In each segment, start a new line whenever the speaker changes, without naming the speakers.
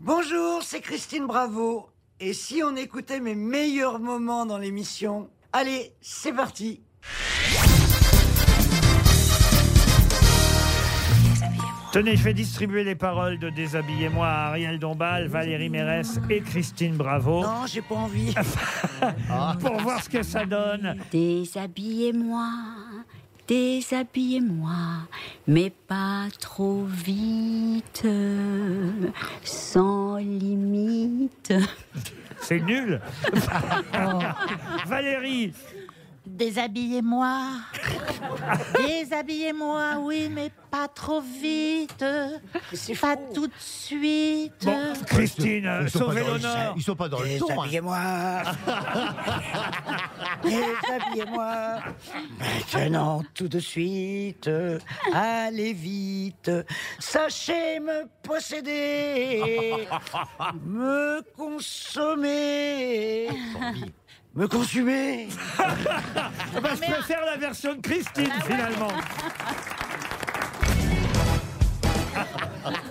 Bonjour, c'est Christine Bravo. Et si on écoutait mes meilleurs moments dans l'émission Allez, c'est parti
Tenez, je vais distribuer les paroles de Déshabillez-moi à Ariel Dombal, Valérie Mérès et Christine Bravo
Non, j'ai pas envie.
pour voir ce que ça donne.
Déshabillez-moi, déshabillez-moi, mais pas trop vite, sans limite.
C'est nul. Valérie,
Déshabillez-moi. Déshabillez-moi, oui, mais pas trop vite. Pas tout de suite.
bon, Christine, euh,
Ils sont pas
sauvez
dans le-
Ah,
l'honneur.
Ils sont pas dans le son. hein.
Déshabillez-moi Déshabillez-moi Maintenant, tout de suite, allez vite, sachez me posséder, me consommer, me consumer
Ah bah, je préfère la version de Christine, finalement.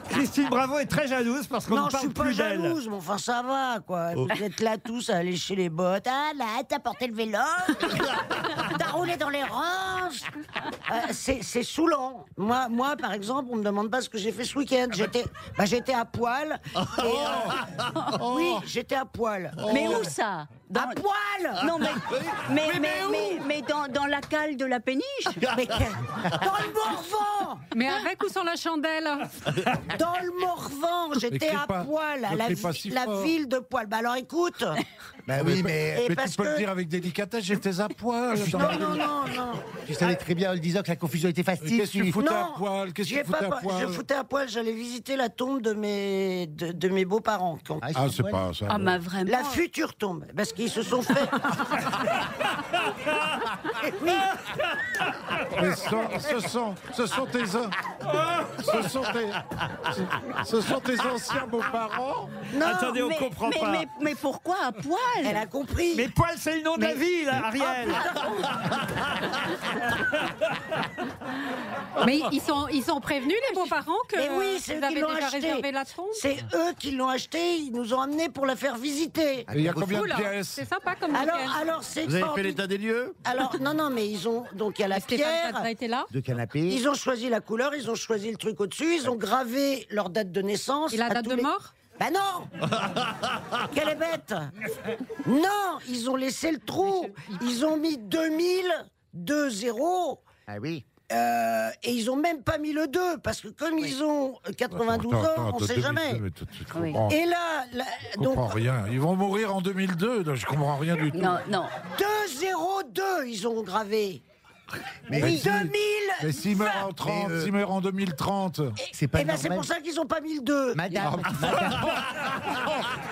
Christine Bravo est très jalouse parce qu'on
Non,
ne
je
parle
suis pas
plus d'elle. Oh.
jalouse, mais enfin ça va, quoi. Vous êtes là tous à aller chez les bottes. Ah là, t'as porté le vélo, t'as roulé dans les ranges. Euh, c'est c'est saoulant. Moi, moi, par exemple, on me demande pas ce que j'ai fait ce week-end. J'étais, bah, j'étais à poil. et, euh,
Oh.
Oui, j'étais à poil.
Mais où ça
À poil
Non, mais, mais, mais, mais- mais dans, dans la cale de la péniche
Mais quel- Dans le Morvan
Mais avec ou sans la chandelle
Dans le Morvan, j'étais
crie
à
pas,
poil, à
ne
la,
crie pas
vi-
si
la
fort.
ville de poil. Bah alors écoute
Bah oui, mais
Et
Mais
parce
tu peux
que-
le dire avec délicatesse, j'étais à poil. dans
Non,
la-
non, non, non
tu
ah.
savais hein. très bien, en le disant, que la confusion était facile.
Qu'est-ce que tu
tu-
fous
Non,
foutais à poil Qu'est-ce que
j'ai
tu foutais
pas
à
po-
poil
Je foutais à poil, j'allais visiter la tombe de mes, de, de mes beaux-parents. qui ont-
ils
Ah,
sont
c'est
poil.
pas ça.
Ah, bah vraiment.
La future tombe, parce qu'ils se sont fait. oui,
Mais ce, ce sont, ce sont tes, an- ce sont tes, ce sont tes anciens beaux-parents.
non,
Attendez, on
mais,
comprend
mais-
pas.
mais- mais pourquoi à poil
elle a compris.
Mais poil, c'est le nom de la ville, Ariel.
Mais ils sont, ils sont prévenus, les beaux-parents, que
Mais oui, c'est
vous
eux qui
avez
l'ont
déjà réservé
acheté.
la tombe
C'est eux qui l'ont acheté, ils nous ont amenés pour la faire visiter.
Ah,
Et Il y a combien de
hein.
Oula,
pièces
c'est sympa comme
Alors,
week-end.
alors c'est
Vous avez fait
formidable.
l'état des lieux
Alors, non, non, mais ils ont. Donc, il y a la
Stéphane, t'as
pierre.
déjà été là
De canapé.
Ils ont choisi la couleur, ils ont choisi le truc au-dessus, ils ont gravé leur date de naissance.
Et la
à
date
tous
de
les-
mort
Bah non Quelle est bête Non, ils ont laissé le trou. Ils ont mis 2000, 2 0
Ah oui.
euh, et ils ont même pas mis le 2 parce que comme ils ont 92 ans, on sait jamais. Et là, là,
Je comprends
donc
rien. Ils vont mourir en 2002. Là, je comprends rien du tout.
Non, non.
2-0-2, ils ont gravé. Mais
Mais
oui,
si-
2000
Mais s'ils meurent en 30,
Mais, euh,
s'ils meurent en 2030.
C'est
Et
pas
ben c'est
normal.
pour ça qu'ils ont pas mis le 2.
Madame.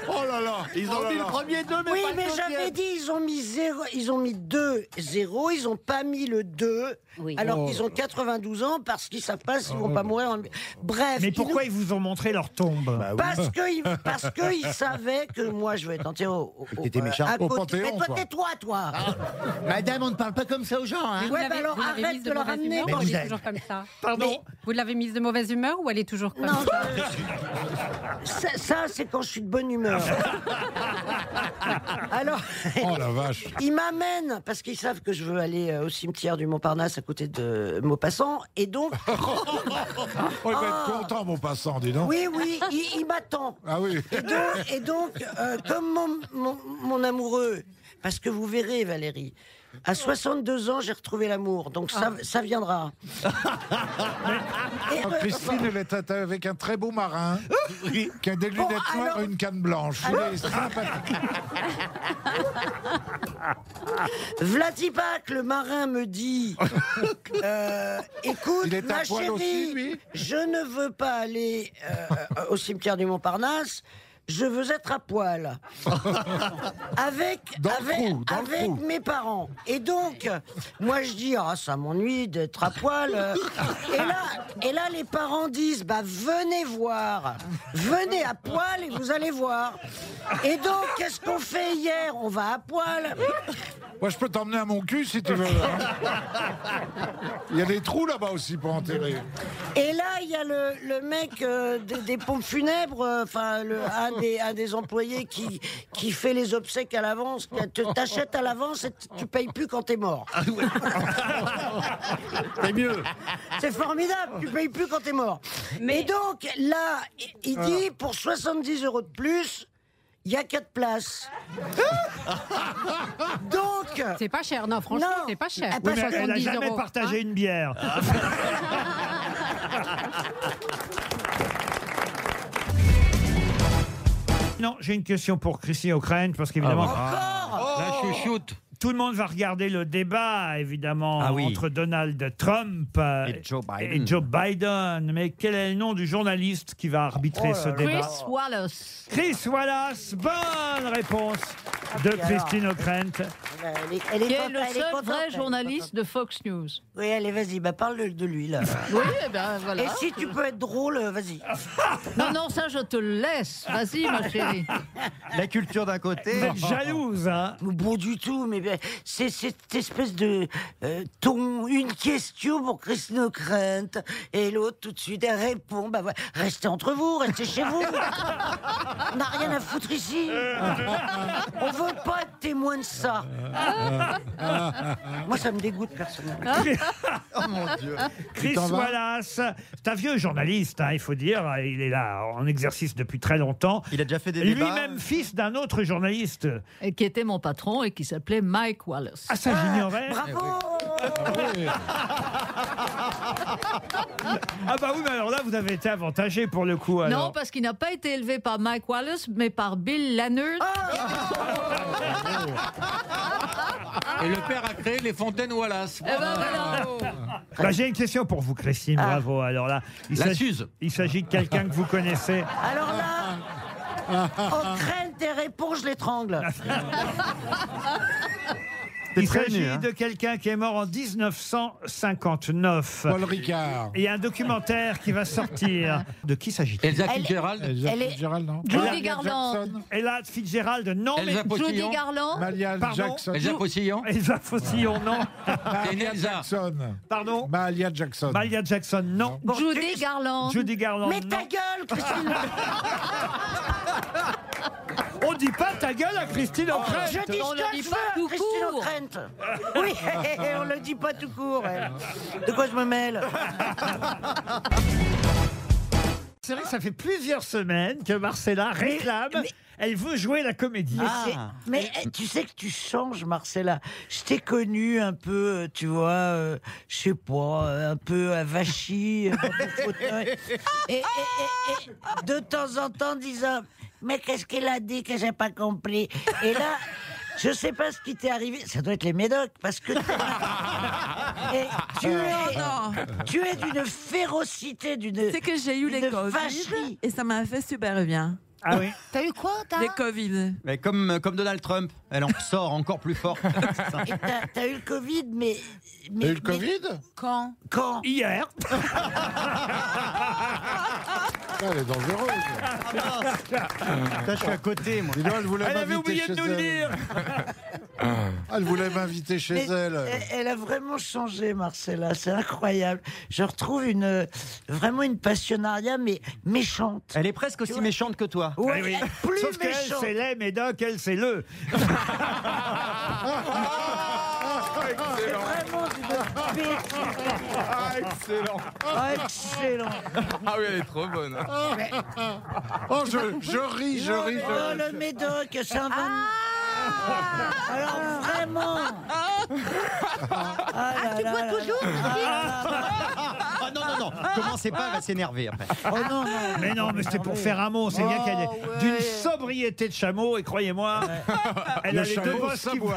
Oh là là
Ils ont mis le premier deux, Oh, mais
Oui,
pas le
mais
deuxième.
j'avais dit, ils ont mis 0, ils ont mis 2, 0, ils ont pas mis le 2,
Oui.
alors qu'ils ont 92 ans parce qu'ils savent pas s'ils vont pas mourir. en- Bref.
Mais
ils
pourquoi
nous-
ils vous ont montré leur tombe
parce que, ils, parce que ils savaient que moi je vais tenter au. au-
T'étais
euh,
méchant.
à
Au
côté-
Panthéon,
Mais toi,
quoi.
tais-toi, toi.
Madame, on ne parle pas comme ça aux gens, hein.
Mais vous
ouais, bah
l'avez-
alors
vous l'avez
arrête
mise
de le
mauvaise
ramener
humeur
quand
ou elle
j'ai-
est toujours comme ça
Pardon
Vous l'avez mise de mauvaise humeur ou elle est toujours comme
Non,
ça
je- ça, ça, c'est quand je suis de bonne humeur. Alors.
Oh la vache
Ils m'amènent parce qu'ils savent que je veux aller euh, au cimetière du Montparnasse à côté de Maupassant et donc
Oh, il va être content, mon passant, dis donc.
Ah. oui oui il, il m'attend
Ah oui.
Et donc, et donc, euh, comme mon, mon- mon amoureux, parce que vous verrez, Valérie, à 62 ans, j'ai retrouvé l'amour, donc ça,
Ah.
ça viendra. Et, euh,
Oh, Christine, elle est avec un très beau marin qui a des lunettes
Bon, alors-
noires
Ah
et une canne blanche. Il est Ah, sympathique.
Vladipak, le marin, me dit euh, Écoute,
Il est à
ma
poil
chérie,
aussi, lui
je ne veux pas aller euh, au cimetière du Montparnasse. Je veux être à poil avec
Dans le
avec,
trou, dans le
avec
trou.
mes parents. Et donc, moi je dis ah ça m'ennuie d'être à poil. euh. et là et là les parents disent bah venez voir, venez à poil et vous allez voir. Et donc qu'est-ce qu'on fait hier On va à poil.
Moi, je peux t'emmener à mon cul si tu veux. hein. Il y a des trous là-bas aussi pour enterrer.
Et là, il y a le, le mec euh, des, des pompes funèbres, euh, enfin, le- un, des, un des employés qui, qui fait les obsèques à l'avance, qui te- t'achètes à l'avance et t- tu payes plus quand t'es mort.
C'est mieux.
C'est formidable, tu payes plus quand t'es mort. Mais donc, là, il- il dit pour 70 euros de plus, il y a 4 places. donc.
C'est pas cher, non, franchement,
Non.
c'est pas cher.
Ah, pas
Oui, mais elle n'a
70
jamais
euros,
partagé
hein.
une bière. Non, j'ai une question pour Christine O'Krent, parce qu'évidemment,
Ah La chouchoute.
tout le monde va regarder le débat, évidemment,
Ah oui.
entre Donald Trump euh,
Et Joe Biden.
et Joe Biden. Mais quel est le nom du journaliste qui va arbitrer
Oh
ce débat
Chris Wallace.
Chris Wallace, bonne réponse
Ah
de
puis alors.
Christine O'Krent.
Elle est, elle est
Qui est
contente,
le
elle est
seul
contente,
vrai
elle est
journaliste de Fox News.
contente. Oui, allez, vas-y, bah, parle de- de lui, là.
Oui, eh ben voilà.
Et si tu peux être drôle, euh, vas-y.
Non, non, ça, je te le laisse. Vas-y, ma chérie.
La culture d'un côté.
Vous êtes jalouse, hein
Bon du tout, mais ben, c'est c'est cette espèce de euh, ton, une question pour Christine O'Krent, et l'autre tout de suite elle répond, bah ouais, restez entre vous, restez chez vous, on n'a rien à foutre ici, on veut pas être témoin de ça. Moi ça me dégoûte personnellement.
Chris
t'en vas
Wallace, c'est un vieux journaliste, hein, il faut dire. Il est là en exercice depuis très longtemps.
Il a déjà fait des débats.
Lui-même fils d'un autre journaliste.
Et qui était mon patron et qui s'appelait Mike Wallace.
Ah, ça, j'ignorais.
Bravo
Ah, bah oui, mais alors là, vous avez été avantagé pour le coup.
Non,
Alors.
parce qu'il n'a pas été élevé par Mike Wallace, mais par Bill Lannert.
Et le père a créé les fontaines Wallace.
Eh ben voilà.
Bah, J'ai une question pour vous, Christine. Bravo. Alors là, il
La
s'agit-
Suze.
il s'agit de quelqu'un que vous connaissez.
Alors là, O'Krent et réponds, je l'étrangle.
Il s'agit
hein.
de quelqu'un qui est mort en 1959.
Paul Ricard.
Et Il y a un documentaire qui va sortir. De qui s'agit-il
Elsa
Elle-
Fitzgerald.
Jacques
Elle est-
Fitzgerald, non
Judy
Malia
Garland.
Jackson.
Ella Fitzgerald, non,
Elsa
mais.
Judy
Postillon.
Garland.
Malia
Pardon
Jackson.
Elsa Postillon.
Elsa Faucillon, non.
C'est une Elsa.
Jackson.
Pardon.
Malia Jackson.
Malia Jackson, non.
Judy Garland.
Judy Garland,
Mais
non.
ta gueule, Christine
On dit pas ta gueule à Christine O'Krent.
Je dis
On
ce
le
que
dit
je
pas
veux,
tout
Christine
court.
O'Krent. Oui, on le dit pas tout court. ouais. De quoi je me mêle
C'est vrai que ça fait plusieurs semaines que Marcella réclame. Elle veut jouer la comédie.
Ah.
C'est- Mais eh, tu sais que tu changes, Marcella. Je t'ai connue un peu, euh, tu vois, euh, je sais pas, euh, un peu avachie. euh, dans ton fauteuil. et, et- et- et de temps en temps, disant Mais qu'est-ce qu'elle a dit que j'ai pas compris Et là. Je sais pas ce qui t'est arrivé, ça doit être les médocs, parce que Et tu es, tu es d'une férocité, d'une.
C'est que j'ai eu les
Une
Covid
vacherie.
et ça m'a fait super bien.
Ah oui.
T'as eu quoi, t'as
Les
Ah.
Covid.
Mais comme, euh, comme Donald Trump, elle en sort encore plus forte.
Et t'as- T'as eu le Covid, mais. mais
T'as eu le
mais
Covid
Quand
Quand
Hier.
Ah, Elle est dangereuse.
je suis à côté, moi.
Dis donc, elle voulait
Elle avait
m'inviter
oublié de
chez
nous le
elle.
dire.
Elle voulait m'inviter chez
Mais
Euh.
elle.
elle- elle a vraiment changé, Marcella. C'est incroyable. Je retrouve une euh, vraiment une passionnariat, mais méchante.
Elle est presque aussi méchante que toi.
Ouais,
Eh oui.
plus
Sauf qu'elle,
méchante.
c'est les médocs, elle, c'est le.
C'est vraiment du bon
Ah, excellent.
Excellent.
Ah oui, elle est trop bonne.
Oh, je, je ris, je
Non,
ris.
mais oh,
je-
le médoc, c'est un vent-
Ah.
Alors vraiment. Ah, là,
Tu
là,
vois
là,
toujours
Ah non, non, non. Commencez pas, elle va s'énerver après.
là. Oh non,
Ah,
non.
Mais non, mais c'est pour faire un mot. C'est bien qu'elle est d'une sobriété de chameau, et croyez-moi, elle
Le
a les deux
chameau,
bosses
ça
qui
boit.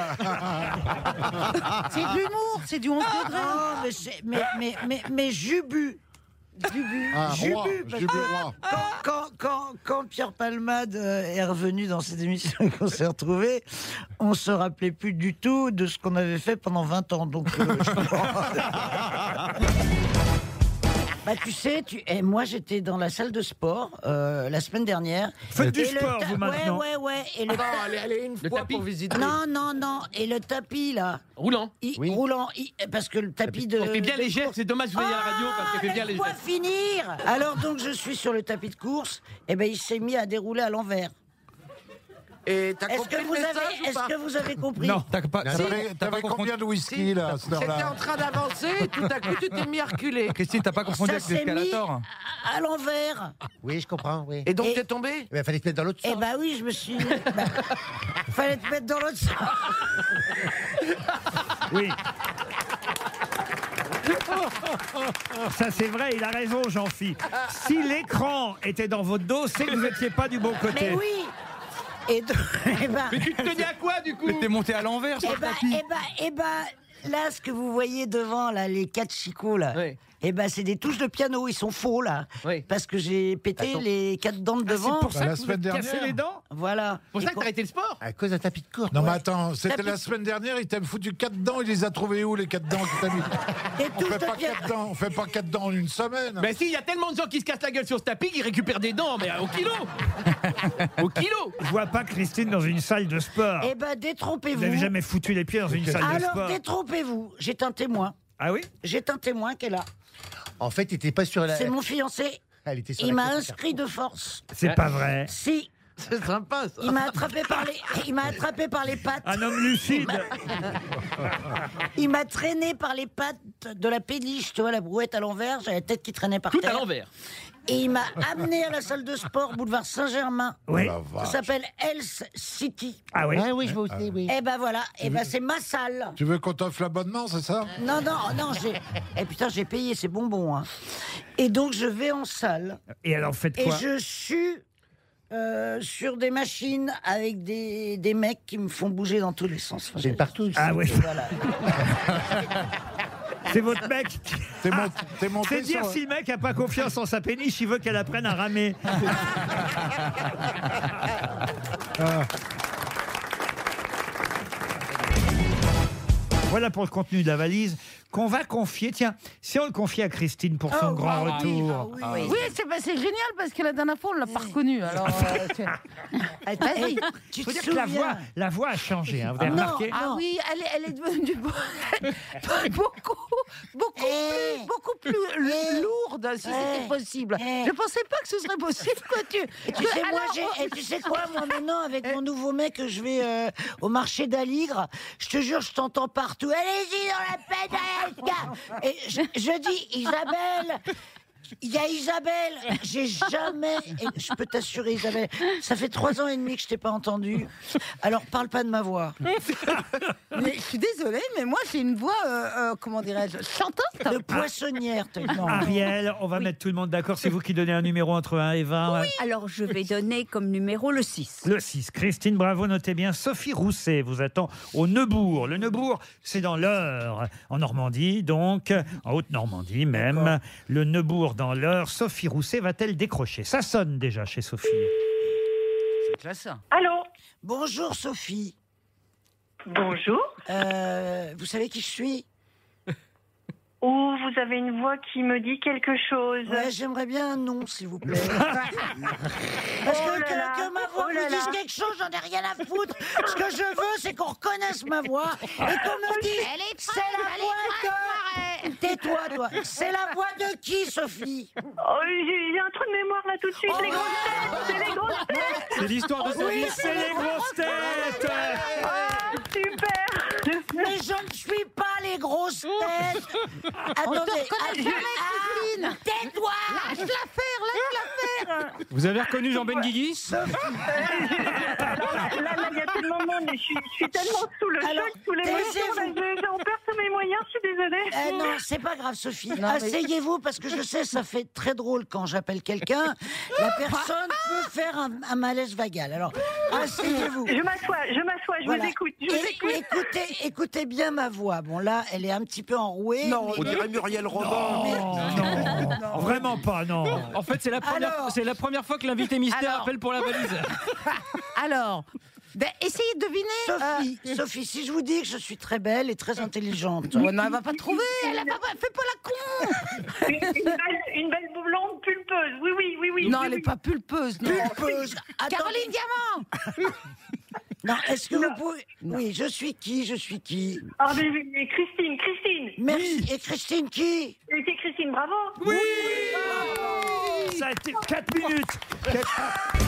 C'est de l'humour, c'est du 11 degrés.
Non, Ah, mais, c'est- mais, mais, mais, mais Jubu. Jubu.
Ah, roi,
Jubu, parce
Jubu
que- Ah,
roi.
quand,
Ah.
quand, quand, quand Pierre Palmade euh, est revenu dans cette émission qu'on s'est retrouvés, on se rappelait plus du tout de ce qu'on avait fait pendant 20 ans. Donc, euh, je comprends.
Bah, tu sais, tu... eh, moi j'étais dans la salle de sport euh, la semaine dernière.
Faites du
Et le
sport,
ta-
vous, maintenant.
Ouais, ouais, ouais. Et le...
Non, Ah, allez, allez une fois pour visiter.
Non, non, non. Et le tapis, là.
Roulant.
Il- Roulant. il- eh, Parce que le tapis de.
Elle fait Eh bien
de Ah,
légère, c'est dommage vous voyez à la radio parce qu'elle fait bien
Laisse-moi
légère.
finir Alors donc je suis sur le tapis de course, et ben il s'est mis à dérouler à l'envers.
Et
Est-ce que, vous avez, est-ce que vous avez compris
Non, t'as pas-
Si.
t'avais- t'avais combien de whisky là à cette
J'étais
heure-là
en train d'avancer et tout à coup tu t'es mis à reculer.
Christine, t'as pas confondu
Ça
avec
s'est mis
l'escalator
à à l'envers
Oui, je comprends, oui.
Et donc
Et-
t'es tombé
Il fallait te mettre dans l'autre
Eh
sens.
ben oui, je me suis... bah, fallait te mettre dans l'autre sens
Oui. Ça, c'est vrai, il a raison, jean phi Si l'écran était dans votre dos, c'est que vous n'étiez pas du bon côté.
Mais oui Et donc, eh ben,
Mais tu te tenais à quoi du coup
Mais t'es monté à l'envers sur
eh
le
ben,
tapis.
eh ben, eh ben, là, ce que vous voyez devant, là, les quatre chicots, là,
Oui.
eh ben, c'est des touches de piano, ils sont faux, là,
Oui. Ah,
parce que j'ai pété
Attends.
les quatre dents de devant.
C'est pour ça
Bah, la
que vous
semaine
êtes cassé
dernière.
les dents
Voilà.
C'est pour
Et
ça que
qu'on-
t'as arrêté le sport
À cause d'un tapis de course.
Non mais
ouais.
attends, c'était la semaine dernière, il t'a foutu quatre dents, il les a trouvés où les quatre dents que t'as mis
Des
On
touches
fait
de
pas
piano.
quatre dents, on fait pas quatre dents en une semaine.
Ben si, il y a tellement de gens qui se cassent la gueule sur ce tapis qu'ils récupèrent des dents, mais au kilo Au kilo
Je vois pas Christine dans une salle de sport.
Eh ben,
Vous n'avez
détrompez-vous.
jamais foutu les pieds dans une salle de
Alors,
sport.
détrompez-vous. J'ai un témoin.
Ah oui
J'ai un témoin qui est là.
En fait, t'étais pas sur la.
C'est mon fiancé.
Elle était sur
Il
la
m'a
carte.
inscrit de force.
C'est pas vrai.
Si,
C'est sympa ça
il m'a attrapé par les, il m'a attrapé par les pattes.
Un homme lucide.
Ah. Il m'a traîné par les pattes de la péniche, tu vois, la brouette à l'envers. J'avais la tête qui traînait par
Tout à
terre.
l'envers
Et il m'a amené à la salle de sport boulevard Saint-Germain.
Oui.
Oh La
Ça
vache.
s'appelle Else City.
Ah oui.
Ah oui, je vois aussi, oui.
Eh ben voilà, eh ben c'est ma salle.
Tu veux qu'on t'offre l'abonnement, c'est ça
Non, non, non, j'ai. Eh putain, j'ai payé, c'est bonbon. Hein. Et donc je vais en salle.
Et alors, faites
Et
quoi
je suis euh, sur des machines avec des, des mecs qui me font bouger dans tous les sens.
J'ai le partout.
Ah oui.
Voilà.
C'est votre mec. qui-
T'es mon- t'es monté
C'est dire
sur-
si le mec a pas confiance en sa péniche, il veut qu'elle apprenne à ramer. Ah. Voilà pour le contenu de la valise qu'on va confier. Tiens, si on le confie à Christine pour son
Oh,
grand
ah oui,
retour.
ah oui.
Oui, c'est bah, c'est génial parce que la dernière fois, on l'a pas reconnu. Alors, euh, c'est-
Eh, tu
Faut
te
dire que la
souviens
voix, la voix a changé. hein, vous avez
Non,
remarqué
Ah
Non.
oui, elle est, elle est devenue beau- beaucoup, beaucoup,
Eh.
plus, beaucoup plus l-
Eh.
lourde, si
Eh.
c'était possible.
Eh.
Je pensais pas que ce serait possible que tu.
Tu
que-
sais, moi,
alors,
j'ai-
oh,
et tu sais quoi, moi maintenant, avec mon nouveau mec, je vais euh, au marché d'Aligre. Je te jure, je t'entends partout. Allez-y dans la pédalesca Et je, je dis, Isabelle il y a Isabelle, j'ai jamais, et je peux t'assurer Isabelle, ça fait trois ans et demi que je t'ai pas entendue. Alors parle pas de ma voix.
mais je suis désolée, mais moi j'ai une voix, euh, euh, comment dirais-je, chantante.
De poissonnière, t'as- non.
Ariel, on va mettre tout le monde d'accord. C'est vous qui donnez un numéro entre 1 et 20.
Alors je vais donner comme numéro le 6.
Le 6. Christine Bravo, notez bien. Sophie Rousset vous attend au Neubourg. Le Neubourg, c'est dans l'Eure, en Normandie, donc, en Haute-Normandie même. Le Neubourg dans l'Eure. Sophie Rousset va-t-elle décrocher Ça sonne déjà chez Sophie.
C'est classe
Allô
Bonjour Sophie,
Bonjour.
Euh, vous savez qui je suis
Oh, vous avez une voix qui me dit quelque chose.
Ouais, j'aimerais bien un nom, s'il vous plaît. Parce que,
Oh là
que-
là,
que ma voix
oh
me
là
dise
là.
quelque chose, j'en ai rien à foutre. Ce que je veux, c'est qu'on reconnaisse ma voix et qu'on me dise c'est la voix de. Tais-toi, toi. C'est la voix de qui, Sophie Oh,
Oh, j'ai j'ai un trou de mémoire là tout de suite. les grosses têtes, c'est les grosses têtes.
C'est l'histoire de sa vie.
C'est les grosses têtes
Ah, super.
Mais je ne suis pas les grosses têtes. Attendez, attendez. Ah, tais-toi
Vous avez reconnu Jean Benguigui
Là, là, il y a tellement de monde. Je suis, je suis tellement sous le
Alors,
choc, sous l'émotion. là,
taisez-vous.
je- J'en perds tous mes moyens. Je suis désolée.
Eh non, c'est pas grave, Sophie. Asseyez-vous parce que je sais, ça fait très drôle quand j'appelle quelqu'un. La personne peut faire un, un malaise vagal. Alors, asseyez-vous.
Je m'assois, je m'assois, je
Voilà.
vous écoute. Je
Et-
vous écoute.
écoutez, écoutez bien ma voix. Bon, là, elle est un petit peu enrouée. mais-
dirait Muriel Robin
Non, Vraiment pas, non.
En fait, c'est la,
première- Alors
c'est la première fois que l'invité mystère
Alors.
appelle pour la valise.
Alors, ben,
essayez de deviner. Sophie, Sophie, si je vous dis que je suis très belle et très intelligente. non, elle va pas trouver. Elle va pas, fait pas
Une, une belle, une belle blonde pulpeuse, oui, oui, oui, oui.
Non,
oui,
elle
oui.
est pas pulpeuse.
non.
Pulpeuse.
Caroline
Diamant. non, est-ce que vous pouvez. Oui, je suis qui Je suis qui
Ah, mais, mais Christine, Christine.
Merci. Et Christine qui
C'était Christine, bravo.
Oui, Ça a été 4 minutes. Quatre-